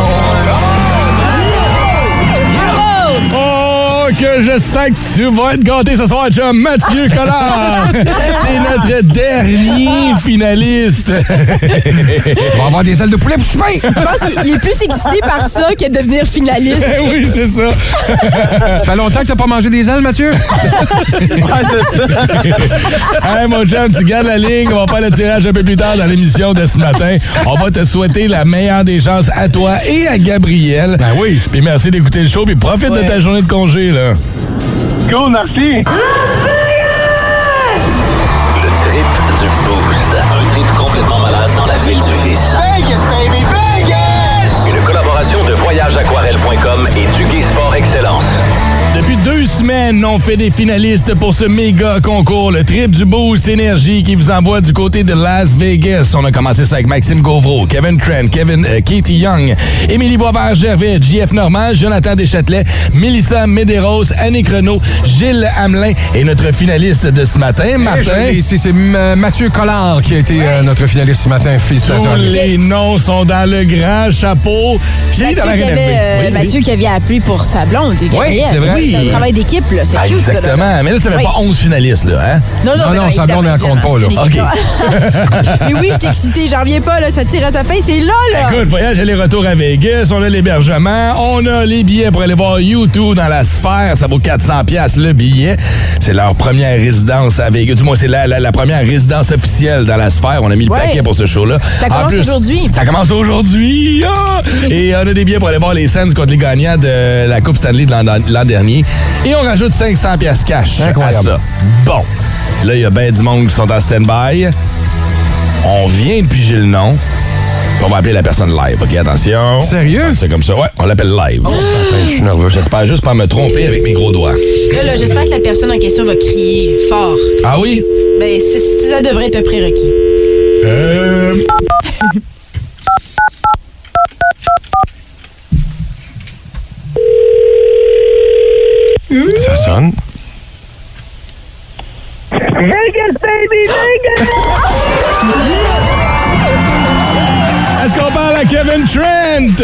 Speaker 5: Bravo!
Speaker 3: Oh, que je sais que tu vas être gâté ce soir, chum. Mathieu Collard. T'es notre dernier finaliste.
Speaker 4: Tu vas avoir des ailes de poulet pour souper.
Speaker 5: Je pense qu'il est plus excité par ça que de devenir finaliste.
Speaker 3: Eh oui, c'est ça.
Speaker 4: Ça fait longtemps que t'as pas mangé des ailes, Mathieu?
Speaker 3: Hey, mon chum, tu gardes la ligne. On va faire le tirage un peu plus tard dans l'émission de ce matin. On va te souhaiter la meilleure des chances à toi et à Gabriel. Ben oui. Puis merci d'écouter le show. Puis profite de
Speaker 5: Ouais.
Speaker 3: ta journée de congé, là.
Speaker 8: Cool, merci.
Speaker 2: Le trip du Boost. Un trip complètement malade dans la ville du vice. Vegas, baby, Vegas! Une collaboration de voyageaquarelle.com et Duguay Sport Excellence.
Speaker 3: Depuis deux semaines, on fait des finalistes pour ce méga Euh, concours, le trip du Boost Énergie qui vous envoie du côté de Las Vegas. On a commencé ça avec Maxime Gauvreau, Kevin Trent, Kevin, euh, Katie Young, Émilie Boisvert-Gervais, JF Normand, Jonathan Deschâtelet, Mélissa Médéros, Annick Renault, Gilles Hamelin et notre finaliste de ce matin, Martin.
Speaker 4: Eh, Ici, c'est M- euh, Mathieu Collard qui a été euh, notre finaliste ce matin. Félicitations.
Speaker 3: Tous les noms sont dans le grand chapeau. J'ai
Speaker 5: Mathieu qui, avait, euh, Mathieu qui avait appelé pour sa blonde, Gabriel.
Speaker 3: c'est vrai.
Speaker 5: C'est
Speaker 3: Oui.
Speaker 5: un travail d'équipe, là. C'était
Speaker 3: Ah,
Speaker 5: cute, ça, là.
Speaker 3: exactement. Mais là, ça fait
Speaker 5: Oui.
Speaker 3: pas 11 finalistes, là, hein?
Speaker 5: Non, non,
Speaker 4: Non,
Speaker 5: mais
Speaker 4: non, sa blonde, elle
Speaker 5: euh,
Speaker 4: compte pas, là.
Speaker 5: évidemment, c'est une équipe. Mais oui, je t'ai excité, j'en reviens pas, là. Ça tire à sa fin, c'est là, là.
Speaker 3: Écoute, voyage aller-retour à Vegas, on a l'hébergement, on a les billets pour aller voir YouTube dans la sphère, ça vaut 400 pièces le billet. C'est leur première résidence à Vegas, du moins c'est la, la- la première résidence officielle dans la sphère. On a mis le
Speaker 5: Ouais.
Speaker 3: paquet pour ce show-là.
Speaker 5: Ça
Speaker 3: En
Speaker 5: commence
Speaker 3: plus,
Speaker 5: aujourd'hui.
Speaker 3: Ça commence aujourd'hui. ah! Et on a des billets pour aller voir les Sens contre les gagnants de la Coupe Stanley de l'an- l'an dernier. Et on rajoute 500 pièces cash à
Speaker 4: Incroyable.
Speaker 3: ça. Bon, là il y a bien du monde qui sont en stand-by. On vient de piger le nom. Puis On va appeler la personne live, OK? Attention.
Speaker 4: Sérieux? Oh,
Speaker 3: C'est comme ça. Ouais, on l'appelle live.
Speaker 4: Je suis nerveux.
Speaker 3: J'espère juste pas me tromper avec mes gros doigts.
Speaker 5: Là, là, j'espère que la personne en question va crier fort.
Speaker 3: Ah oui?
Speaker 5: Ben, c'est- c'est- ça devrait être un prérequis.
Speaker 3: Euh,
Speaker 4: Ça sonne.
Speaker 9: Vegas, baby, Vegas!
Speaker 3: Est-ce qu'on parle à Kevin Trent?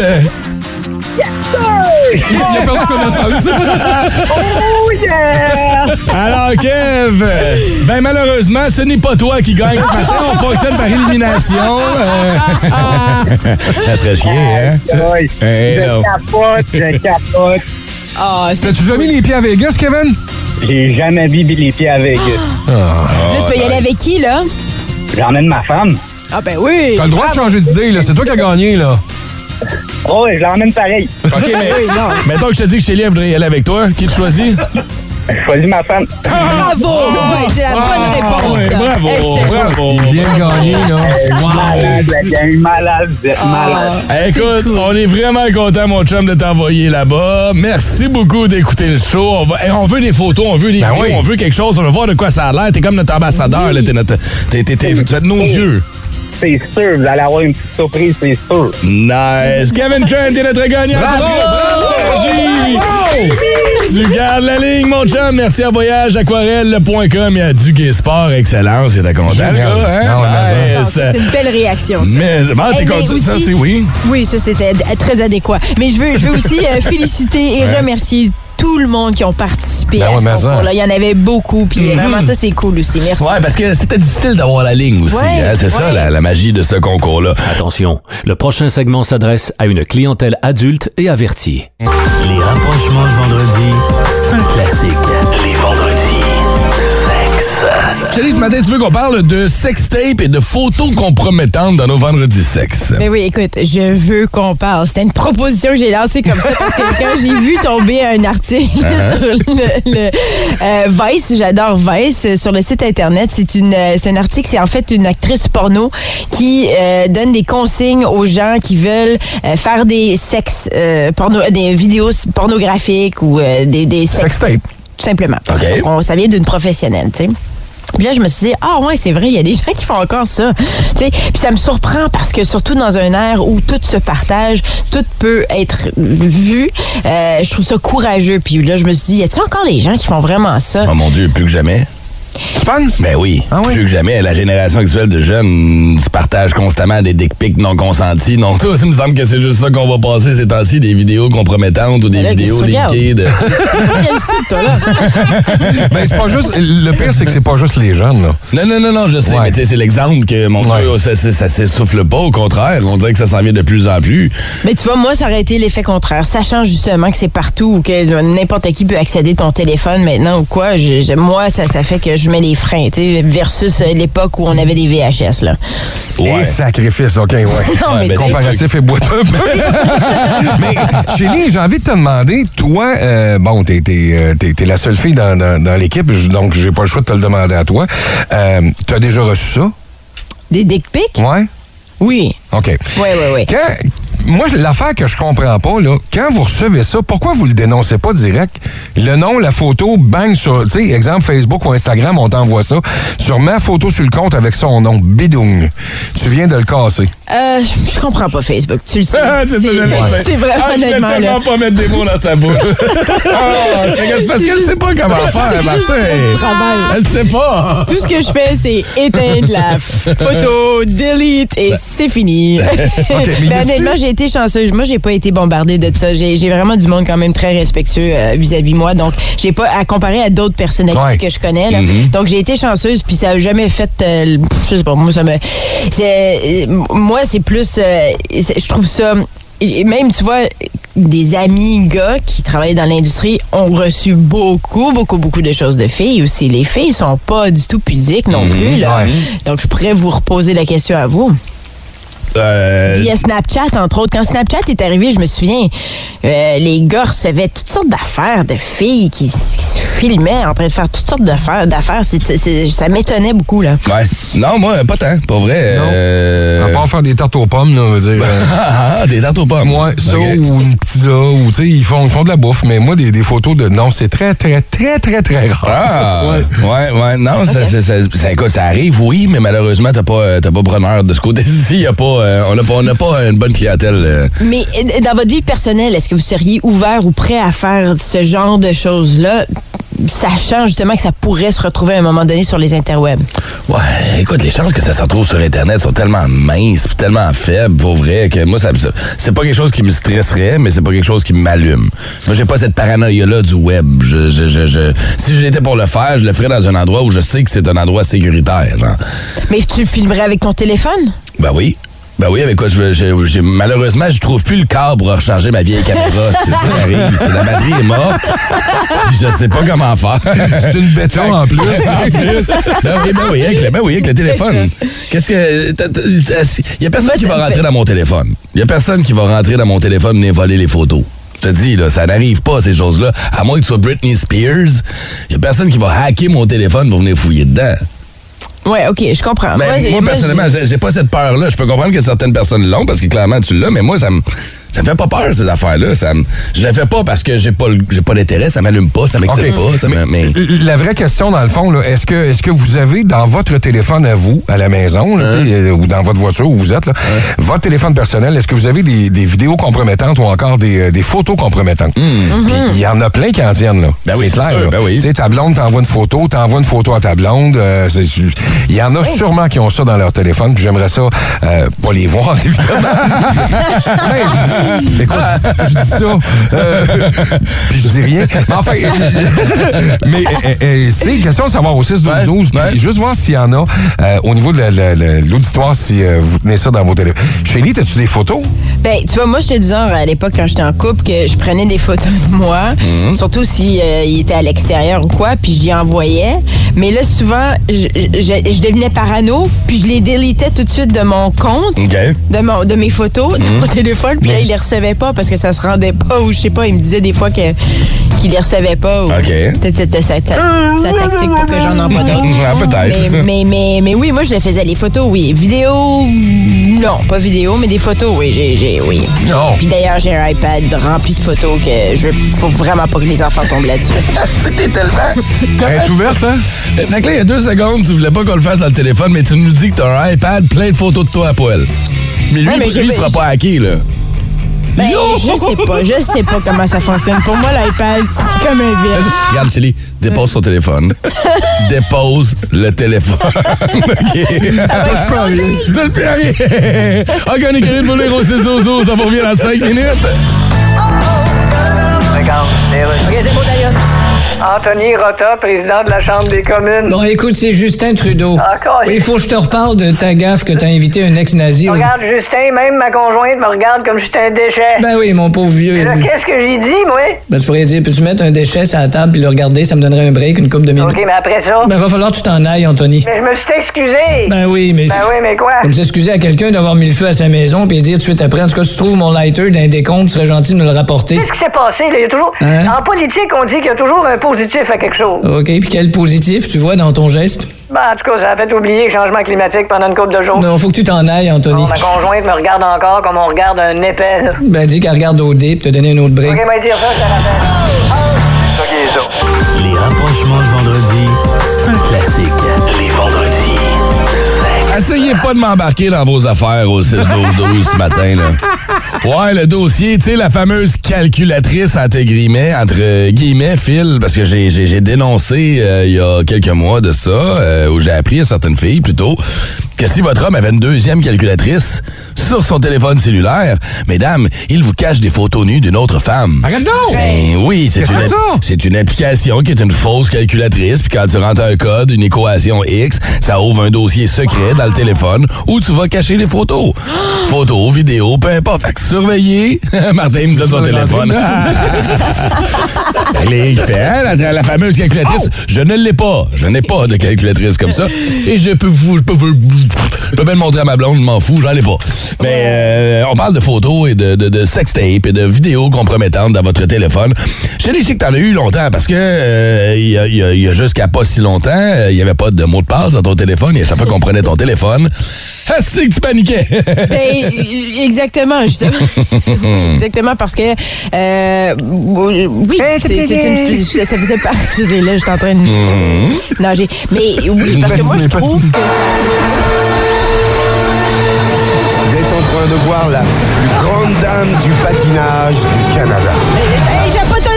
Speaker 4: Il a perdu connaissance.
Speaker 9: Oh yeah!
Speaker 3: Alors, Kev, euh, ben malheureusement, ce n'est pas toi qui gagne ce matin. On fonctionne par élimination. Euh, Ça serait chier, hein?
Speaker 8: Oui.
Speaker 3: Eh non.
Speaker 8: je capote, je capote.
Speaker 5: Ah, c'est
Speaker 4: T'as-tu jamais mis les pieds à Vegas, Kevin?
Speaker 8: J'ai jamais vu les pieds avec.
Speaker 5: Là, tu vas y aller avec qui, là?
Speaker 8: J'emmène ma femme.
Speaker 5: Ah, ben oui.
Speaker 4: T'as le droit de changer d'idée, là. C'est toi qui as gagné, là.
Speaker 8: Oh, et je l'emmène pareil.
Speaker 3: OK, mais
Speaker 5: Oui, non.
Speaker 3: mettons que je te dis que Chélie, elle voudrait y aller avec toi. Qui tu choisis?
Speaker 8: Je choisis ma femme.
Speaker 5: Bravo! Ouais, c'est la bonne
Speaker 3: Ah,
Speaker 5: réponse.
Speaker 3: ouais, bravo,
Speaker 5: Excellent.
Speaker 3: bravo.
Speaker 4: Il vient de gagner, là.
Speaker 8: Malade, la gang, malade, vous êtes malade.
Speaker 5: Ah,
Speaker 3: Hey, écoute, on est vraiment content, mon chum, de t'envoyer là-bas. Merci beaucoup d'écouter le show. On, va- hey, on veut des photos, on veut des
Speaker 4: Ben
Speaker 3: vidéos,
Speaker 4: oui.
Speaker 3: on veut quelque chose, on veut voir de quoi ça a l'air. T'es comme notre ambassadeur, là. T'es notre. t'es- t'es- t'es- tu vas être nos yeux.
Speaker 8: c'est sûr. Vous allez avoir une petite surprise, c'est sûr.
Speaker 3: Nice. Kevin Trent est notre gagnant.
Speaker 4: Bravo!
Speaker 3: Bravo, Sergi! Tu gardes la ligne, mon chum. Merci à voyageaquarelle.com et à Duguay Sport Excellence. T'es content, le
Speaker 4: Génial.
Speaker 3: gars, hein?
Speaker 4: Non, mais
Speaker 5: Ah,
Speaker 3: Nice.
Speaker 5: C'est une belle réaction. ça.
Speaker 3: Mais, bon,
Speaker 5: Eh,
Speaker 3: t'es
Speaker 5: mais
Speaker 3: content. Ça,
Speaker 5: aussi-
Speaker 3: c'est oui.
Speaker 5: Oui, ça c'était ad- très adéquat. Mais je veux, je veux aussi euh, féliciter et remercier tout le monde qui ont participé
Speaker 4: Ben
Speaker 5: à
Speaker 4: ouais,
Speaker 5: ce
Speaker 4: mais ça.
Speaker 5: concours-là. Il y en avait beaucoup, puis
Speaker 3: Mhm.
Speaker 5: vraiment ça c'est cool aussi. Merci.
Speaker 3: Ouais, parce que c'était difficile d'avoir la ligne aussi.
Speaker 5: Ouais,
Speaker 3: hein. C'est ça,
Speaker 5: ouais.
Speaker 3: la, la magie de ce concours-là.
Speaker 11: Attention, le prochain segment s'adresse à une clientèle adulte et avertie.
Speaker 2: Les rapprochements le vendredi, c'est un classique. Les vendredis, sexe.
Speaker 3: Chérie, ce matin, tu veux qu'on parle de sextape et de photos compromettantes dans nos vendredis sexes.
Speaker 5: Ben oui, écoute, je veux qu'on parle. C'était une proposition que j'ai lancée comme ça parce que quand j'ai vu tomber un article sur le, le, euh, Vice, j'adore Vice, euh, sur le site internet, c'est une euh, c'est un article, c'est en fait une actrice porno qui euh, donne des consignes aux gens qui veulent euh, faire des sexes euh, porno des vidéos pornographiques ou euh, des des sexes
Speaker 4: Sextape.
Speaker 5: tout simplement.
Speaker 3: OK.
Speaker 5: On, ça vient d'une professionnelle, tu sais. Puis là, je me suis dit, ah ouais, c'est vrai, il y a des gens qui font encore ça. Tu sais, puis ça me surprend parce que surtout dans un air où tout se partage, tout peut être vu, euh, je trouve ça courageux. Puis là, je me suis dit, y a-t-il encore des gens qui font vraiment ça?
Speaker 3: Oh mon Dieu, plus que jamais.
Speaker 4: Tu penses?
Speaker 3: Ben oui.
Speaker 4: Ah oui?
Speaker 3: Plus que jamais, la génération actuelle de jeunes se partage constamment des dick pics non consentis. Non, tout il me semble que c'est juste ça qu'on va passer ces temps-ci, des vidéos compromettantes ou des
Speaker 5: là,
Speaker 3: vidéos
Speaker 5: qu'est-ce que tu regardes?
Speaker 3: liquides.
Speaker 5: Sur quel site, toi, là?
Speaker 4: Ben, c'est pas juste. Le pire, c'est que c'est pas juste les jeunes, là.
Speaker 3: non, non, non, non, je sais,
Speaker 4: Ouais.
Speaker 3: mais tu sais, c'est l'exemple que, mon
Speaker 4: Ouais.
Speaker 3: Dieu, ça, ça, ça s'essouffle pas, au contraire. On dirait que ça s'en vient de plus en plus.
Speaker 5: Mais tu vois, moi, ça aurait été l'effet contraire. Sachant justement que c'est partout ou que n'importe qui peut accéder à ton téléphone maintenant ou quoi, je- je- moi, ça, ça fait que je mets les freins, tu sais, versus euh, l'époque où on avait des VHS, là.
Speaker 4: Et sacrifice, OK, ouais.
Speaker 5: Non, mais
Speaker 3: ben,
Speaker 5: tu sais,
Speaker 4: Comparatif et boiteux. mais, Chélie, j'ai envie de te demander, toi, euh, bon, t'es t'es, euh, t'es- t'es la seule fille dans, dans- dans l'équipe, j- donc j'ai pas le choix de te le demander à toi. Euh, T'as déjà reçu ça?
Speaker 5: des dick pics?
Speaker 4: Ouais?
Speaker 5: Oui.
Speaker 4: OK.
Speaker 5: Oui, oui, oui.
Speaker 4: Quand, moi, l'affaire que je comprends pas, là, quand vous recevez ça, pourquoi vous le dénoncez pas direct? Le nom, la photo, bang sur, tu sais, exemple Facebook ou Instagram, on t'envoie ça. Tu remets la photo sur le compte avec son nom, bidung. Tu viens de le casser.
Speaker 5: Euh, je comprends pas Facebook, tu le sais.
Speaker 3: Ah, C'est ça, je le sais.
Speaker 5: c'est vraiment
Speaker 3: Ah, je vais
Speaker 5: honnêtement
Speaker 3: tellement
Speaker 5: là.
Speaker 3: pas mettre des mots dans sa bouche. Ah, c'est parce qu'elle sait pas comment faire,
Speaker 5: C'est juste
Speaker 3: Martin.
Speaker 5: trop de travail.
Speaker 3: Elle sait pas.
Speaker 5: Tout ce que je fais, c'est éteindre la photo, delete
Speaker 3: Ben.
Speaker 5: et c'est fini.
Speaker 4: mais y
Speaker 5: Ben,
Speaker 4: a-tu-
Speaker 5: honnêtement, j'ai été chanceuse. Moi, j'ai pas été bombardée de ça. J'ai j'ai vraiment du monde quand même très respectueux euh, vis-à-vis de moi. Donc, j'ai pas à comparer à d'autres personnalités
Speaker 4: Ouais. Mm-hmm.
Speaker 5: que je connais. là. Donc, j'ai été chanceuse, puis ça a jamais fait. euh, le- pff, je sais pas, moi, ça me. c'est- euh, moi, c'est plus. euh, c'est- je trouve ça. et Même, tu vois, des amis gars qui travaillent dans l'industrie ont reçu beaucoup, beaucoup, beaucoup de choses de filles aussi. Les filles sont pas du tout pudiques non plus. Là.
Speaker 4: Mm-hmm. ouais.
Speaker 5: Donc, je pourrais vous reposer la question à vous.
Speaker 3: Euh,
Speaker 5: Via Snapchat, entre autres. Quand Snapchat est arrivé, je me souviens, euh, les gars recevaient toutes sortes d'affaires de filles qui, s- qui se filmaient en train de faire toutes sortes d'affaires. d'affaires. C'est- c'est- c'est- ça m'étonnait beaucoup, là.
Speaker 3: ouais. Non, moi, pas tant, pas vrai.
Speaker 4: Non.
Speaker 3: Euh,
Speaker 4: À part faire des tartes aux pommes, là, on veut dire. euh,
Speaker 3: Ah, ah, des tartes aux pommes.
Speaker 4: Moi, ça
Speaker 3: Ok.
Speaker 4: ou une pizza, ou tu sais, ils font, ils font de la bouffe, mais moi, des, des photos de. Non, c'est très, très, très, très, très
Speaker 3: Ah,
Speaker 4: rare. Ouais.
Speaker 3: ouais, ouais, non, ça, ça, ça, ça- écoute, ça arrive, oui, mais malheureusement, t'as pas, euh, t'as pas preneur de ce côté-ci. y a pas, euh, on n'a pas, on a pas une bonne clientèle. euh.
Speaker 5: Mais euh, dans votre vie personnelle, est-ce que vous seriez ouvert ou prêt à faire ce genre de choses-là, sachant justement que ça pourrait se retrouver à un moment donné sur les interwebs?
Speaker 3: Ouais, écoute, les chances que ça se retrouve sur Internet sont tellement minces, pis tellement faibles, pour vrai, que moi, ça, ça- c'est pas quelque chose qui me stresserait, mais c'est pas quelque chose qui m'allume. Moi, j'ai pas cette paranoïa-là du web. Je, je, je, je- si j'étais pour le faire, je le ferais dans un endroit où je sais que c'est un endroit sécuritaire, genre.
Speaker 5: Mais tu le filmerais avec ton téléphone?
Speaker 3: Ben oui. Ben oui, avec quoi je veux. j'ai- j'ai- malheureusement, je trouve plus le câble pour recharger ma vieille caméra. C'est ça qui arrive. C'est la batterie est morte. Puis je sais pas comment faire.
Speaker 4: C'est une béton en plus.
Speaker 3: En plus. Ben oui, ben oui, avec le, ben oui, avec le téléphone. Qu'est-ce que. t'as- t'as- est-ce- Il y a personne
Speaker 5: Moi,
Speaker 3: qui
Speaker 5: ça
Speaker 3: va
Speaker 5: me
Speaker 3: rentrer
Speaker 5: fait-
Speaker 3: dans mon téléphone. Il y a personne qui va rentrer dans mon téléphone et voler les photos. Je te dis, là, ça n'arrive pas, ces choses-là. À moins que tu sois Britney Spears, il y a personne qui va hacker mon téléphone pour venir fouiller dedans.
Speaker 5: Ouais, OK, je comprends.
Speaker 3: Ben,
Speaker 5: j'ai-
Speaker 3: moi,
Speaker 5: j'ai-
Speaker 3: personnellement, j'ai j'ai pas cette peur-là. Je peux comprendre que certaines personnes l'ont parce que clairement, tu l'as, mais moi, ça me. Ça me fait pas peur, ces affaires-là. Ça me- Je le fais pas parce que j'ai pas, le- j'ai pas d'intérêt, ça m'allume pas, ça m'excite
Speaker 4: OK.
Speaker 3: pas. Ça me- mais...
Speaker 4: La vraie question, dans le fond, là, est-ce que, est que vous avez dans votre téléphone à vous, à la maison, là, tu sais, euh, ou dans votre voiture où vous êtes, là, votre téléphone personnel, est-ce que vous avez des, des vidéos compromettantes ou encore des, euh, des photos compromettantes? Puis il y en a plein qui en tiennent. Là.
Speaker 3: Ben oui,
Speaker 4: c'est
Speaker 3: c'est
Speaker 4: clair.
Speaker 3: sûr,
Speaker 4: là.
Speaker 3: ben oui.
Speaker 4: Tu sais, ta blonde t'envoie une photo, t'envoies une photo à ta blonde. euh, c'est- il y en a sûrement qui ont ça dans leur téléphone, puis j'aimerais ça euh, pas les voir, évidemment. Hey, écoute, je je dis ça, euh, puis je dis rien. Mais enfin, mais euh, euh, c'est une question de savoir au 6-12-12, puis juste voir s'il y en a euh, au niveau de la- la- la- l'auditoire, si euh, vous tenez ça dans vos téléphones. Chélie, as-tu des photos?
Speaker 5: Ben, tu vois, moi, j'étais du genre à l'époque quand j'étais en couple que je prenais des photos de moi,
Speaker 4: Mhm.
Speaker 5: surtout si euh, il était à l'extérieur ou quoi, puis j'y envoyais. Mais là, souvent, je, je- je devenais parano, puis je les délitais tout de suite de mon compte, de, mon, de mes photos, de
Speaker 12: Mhm.
Speaker 5: mon téléphone, puis là, il les recevait pas parce que ça se rendait pas, ou je sais pas, il me disait des fois que qu'il les recevait pas. Ou,
Speaker 3: OK.
Speaker 5: Peut-être c'était sa, ta- sa tactique pour que j'en envoie d'autres.
Speaker 3: Ah, peut-être.
Speaker 5: Mais, mais, mais, mais oui, moi, je les faisais, les photos, oui. Vidéo, non, pas vidéo, mais des photos, oui, j'ai, j'ai oui.
Speaker 4: Non.
Speaker 5: Puis d'ailleurs, j'ai un iPad rempli de photos que je faut vraiment pas que les enfants tombent là-dessus.
Speaker 3: C'était tellement.
Speaker 4: Elle est ouverte, hein?
Speaker 3: Fait que là, Euh, il y a deux secondes, tu voulais pas qu'on le fasse dans le téléphone, mais tu nous dis que t'as un iPad plein de photos de toi à poil. Mais lui,
Speaker 5: Ouais, mais j'ai-
Speaker 3: lui, il sera pas hacké, là.
Speaker 5: Ben, je sais pas, je sais pas comment ça fonctionne. Pour moi, l'iPad, c'est comme un virus.
Speaker 3: Regarde, Chili, dépose ton téléphone. dépose le téléphone. OK? Touche plus à rien. Touche plus à rien. OK, on est curé de voler au 6 12 Ça vous revient dans 5 minutes.
Speaker 10: OK, c'est beau, d'ailleurs. Anthony Rota, président de la Chambre des communes.
Speaker 13: Bon, écoute, c'est Justin Trudeau.
Speaker 10: Ah,
Speaker 13: Il faut que je te reparle de ta gaffe que t'as invité un ex-nazi. au-
Speaker 10: Regarde, Justin, même ma conjointe me regarde comme si j'étais un déchet.
Speaker 13: Ben oui, mon pauvre vieux.
Speaker 10: Mais là, qu'est-ce que j'ai dit, moi?
Speaker 13: Ben, tu pourrais dire, peux-tu mettre un déchet sur la table puis le regarder? Ça me donnerait un break, une coupe de minutes.
Speaker 10: OK, mais après ça?
Speaker 13: Ben, va falloir que tu t'en ailles, Anthony.
Speaker 10: Mais je me suis excusé.
Speaker 13: Ben oui, mais.
Speaker 10: Ben oui, mais quoi?
Speaker 13: Comme s'excuser à quelqu'un d'avoir mis le feu à sa maison puis dire tout de suite après, en tout cas, si tu trouves mon lighter d'un décompte, tu serais gentil de me le rapporter.
Speaker 10: Qu'est-ce qui s'est passé? là? Il y a toujours...
Speaker 13: Hein?
Speaker 10: En politique, on dit qu'il y a toujours un positif à quelque chose.
Speaker 13: OK, puis quel positif tu vois dans ton geste?
Speaker 10: Ben, en tout cas, ça a fait oublier le changement climatique pendant une couple de jours.
Speaker 13: Non, faut que tu t'en ailles, Anthony.
Speaker 10: Bon, ma conjointe me regarde encore comme on regarde un épais. là.
Speaker 13: Ben, dis qu'elle regarde au dé puis te donner un autre break.
Speaker 10: OK, mais dire ça, je te rappelle.
Speaker 2: Les rapprochements de vendredi, c'est un classique. Les vendredis.
Speaker 3: Essayez pas de m'embarquer dans vos affaires au 6-12-12 ce matin. Là. Ouais, le dossier, tu sais, la fameuse calculatrice entre guillemets, entre guillemets, Phil, parce que j'ai, j'ai- j'ai dénoncé euh, il y a quelques mois de ça, euh, où j'ai appris à certaines filles plutôt, que si votre homme avait une deuxième calculatrice sur son téléphone cellulaire, mesdames, il vous cache des photos nues d'une autre femme.
Speaker 4: Arrête donc!
Speaker 3: Ben oui, c'est
Speaker 4: Qu'est-ce
Speaker 3: une,
Speaker 4: que c'est ça?
Speaker 3: c'est une application qui est une fausse calculatrice, puis quand tu rentres un code, une équation X, ça ouvre un dossier secret dans le téléphone où tu vas cacher les photos. photos, vidéos, peu importe. Fait que surveiller. Martin il me donne son téléphone. Elle est- il fait, hein, la, la fameuse calculatrice.
Speaker 5: Oh!
Speaker 3: Je ne l'ai pas. Je n'ai pas de calculatrice comme ça. Et je peux vous, je peux vous- je peux bien le montrer à ma blonde, je m'en fous, j'en ai pas. Mais
Speaker 5: Oh!
Speaker 3: euh, on parle de photos et de, de, de sextape et de vidéos compromettantes dans votre téléphone. Je sais je sais que t'en as eu longtemps parce que euh, il y a- il y a, il y a jusqu'à pas si longtemps, euh, il n'y avait pas de mot de passe dans ton téléphone. Et à chaque fois qu'on prenait ton téléphone, Asti que tu paniquais!
Speaker 5: Ben, exactement, justement. Exactement, parce que. euh, oui, c'est c'est une. Ça, ça faisait pas. Je sais, là, j'étais en train de. Non, j'ai. Mais oui, parce que moi, je trouve.
Speaker 14: Vous êtes en train de voir la plus grande dame du patinage du Canada.
Speaker 5: Hey, j'ai pas ta.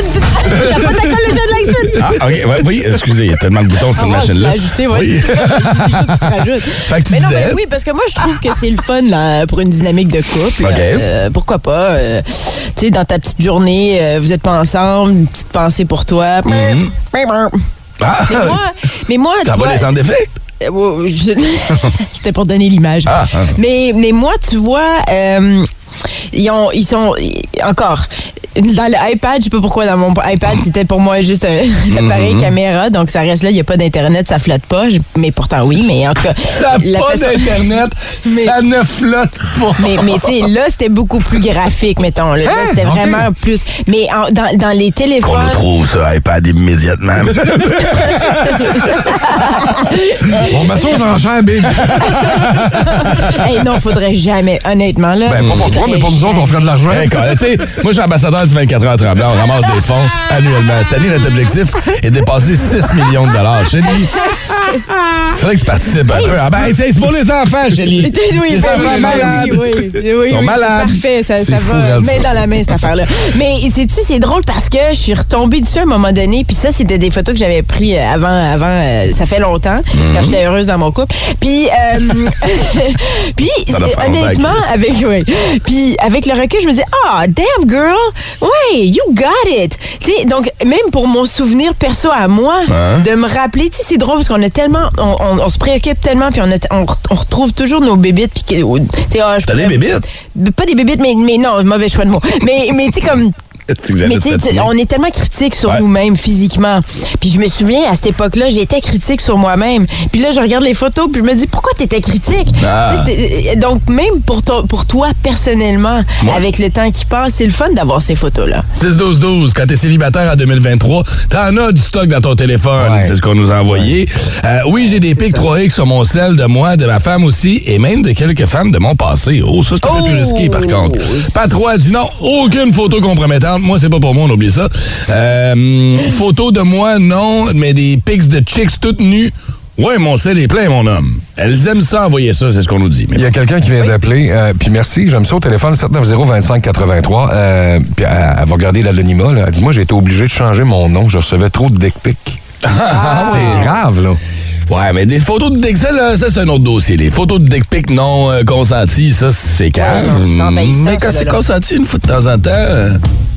Speaker 5: J'ai pas ta collégienne LinkedIn!
Speaker 3: Ah, ok, ouais, oui, excusez, il y a tellement de boutons sur cette
Speaker 5: Ah ouais, tu
Speaker 3: machine-là.
Speaker 5: l'as ajouté, ouais, c'est ça. Il y a des choses qui se rajoutent.
Speaker 3: Fait que tu
Speaker 5: mais non,
Speaker 3: disais.
Speaker 5: mais oui, parce que moi, je trouve que c'est le fun là, pour une dynamique de couple.
Speaker 3: OK.
Speaker 5: Euh, pourquoi pas? euh, tu sais, dans ta petite journée, euh, vous êtes pas ensemble, une petite pensée pour toi.
Speaker 3: Mhm.
Speaker 5: Mais moi,
Speaker 3: Ah!
Speaker 5: mais moi
Speaker 3: Ça
Speaker 5: tu
Speaker 3: va
Speaker 5: vois,
Speaker 3: les sans défect?
Speaker 5: euh, ouais, je- C'était pour donner l'image.
Speaker 3: ah.
Speaker 5: Mais, mais moi, tu vois, euh, ils, ont, ils sont encore. dans l'iPad, je sais pas pourquoi dans mon iPad, c'était pour moi juste un appareil
Speaker 3: Mhm.
Speaker 5: caméra, donc ça reste là, il n'y a pas d'internet, ça flotte pas, je- mais pourtant oui, mais en tout cas
Speaker 3: Ça a pas d'internet, ça ne flotte pas.
Speaker 5: Mais mais tu sais là, c'était beaucoup plus graphique mettons, là, Là,
Speaker 12: Hein?
Speaker 5: c'était
Speaker 12: Ok.
Speaker 5: vraiment plus mais en- dans, dans
Speaker 12: Qu'on
Speaker 5: les
Speaker 12: nous
Speaker 5: téléphones
Speaker 12: trouve ce iPad immédiatement.
Speaker 4: On met ça aux enchères, Big.
Speaker 5: hey, non, faudrait jamais, honnêtement là.
Speaker 3: Ben, pas pour toi, mais pour nous autres, on ferait de l'argent. Eh, tu sais, moi, je suis ambassadeur du 24 heures tremblant. On ramasse des fonds annuellement. Cette année, notre objectif est de dépasser 6 millions de dollars. Chélie, faudrait que tu participes un peu. Ah ben, c'est c'est pour les enfants, Chélie.
Speaker 5: Oui, oui,
Speaker 3: les
Speaker 5: ben
Speaker 3: enfants
Speaker 5: oui,
Speaker 3: malades.
Speaker 5: oui, oui, oui, oui,
Speaker 3: Ils sont
Speaker 5: oui,
Speaker 3: malades.
Speaker 5: C'est parfait, ça,
Speaker 3: C'est
Speaker 5: ça
Speaker 3: fou,
Speaker 5: va.
Speaker 3: regarde ça.
Speaker 5: Main dans la main, cette affaire-là. Mais sais-tu, c'est drôle parce que je suis retombée dessus à un moment donné, puis ça, c'était des photos que j'avais prises euh, avant, avant euh, ça fait longtemps,
Speaker 12: Mhm.
Speaker 5: quand j'étais heureuse dans mon couple. Puis, euh, puis
Speaker 12: Ça doit faire
Speaker 5: honnêtement,
Speaker 12: longtemps, hein.
Speaker 5: avec, oui, puis avec le recul, je me disais, ah, damn girl, ouais, you got it. Tu sais, donc, même pour mon souvenir perso à moi,
Speaker 12: Ouais.
Speaker 5: de me rappeler, tu sais, c'est drôle parce qu'on a tellement, on, on- on se préoccupe tellement, puis on, a t- on, re- on retrouve toujours nos bébites. Puis, que- ou- tu sais, ah, je
Speaker 12: T'as des
Speaker 5: pourrais-
Speaker 12: bébites?
Speaker 5: B- Pas des bébites, mais, mais non, mauvais choix de mots. Mais, mais tu sais, comme.
Speaker 12: C'est que j'allais
Speaker 5: Mais
Speaker 12: te
Speaker 5: tu sais, tu-
Speaker 12: fatiguer.
Speaker 5: on est tellement critique sur
Speaker 12: Ouais.
Speaker 5: nous-mêmes physiquement. Puis je me souviens, à cette époque-là, j'étais critique sur moi-même. Puis là, je regarde les photos, puis je me dis, pourquoi t'étais critique?
Speaker 12: Ah.
Speaker 5: Tu sais, t'es- euh, Donc, même pour, ton- pour toi, personnellement, avec le temps qui passe, c'est le fun d'avoir ces photos-là.
Speaker 3: 6-12-12, quand t'es célibataire en 2023, t'en as du stock dans ton téléphone. C'est ce qu'on nous a envoyé. Euh, oui, j'ai des pics 3X sur mon sel de moi, de ma femme aussi, et même de quelques femmes de mon passé. Oh, ça, c'est un peu plus risqué,
Speaker 4: Oh,
Speaker 3: par contre. Pat Roy dit non, aucune photo compromettante. Moi, c'est pas pour moi, on oublie ça. Euh, hum, photo de moi, non, mais des pics de chicks toutes nues. Ouais, mon sel est plein, mon homme. Elles aiment ça, envoyer ça, c'est ce qu'on nous dit. Mais
Speaker 4: Il y a quelqu'un qui vient d'appeler, euh, puis merci, j'aime ça au téléphone, 790-2583, euh, puis elle, elle va garder l'anonymat, là. Elle dit, moi, j'ai été obligé de changer mon nom, je recevais trop de dick pics.
Speaker 3: Ah,
Speaker 4: C'est grave, là.
Speaker 3: Ouais, mais des photos de dick, ça, là, ça, c'est un autre dossier. Les photos de dick pic non euh, consenties, ça, c'est calme. mais quand c'est consenti une fois de temps en temps, euh,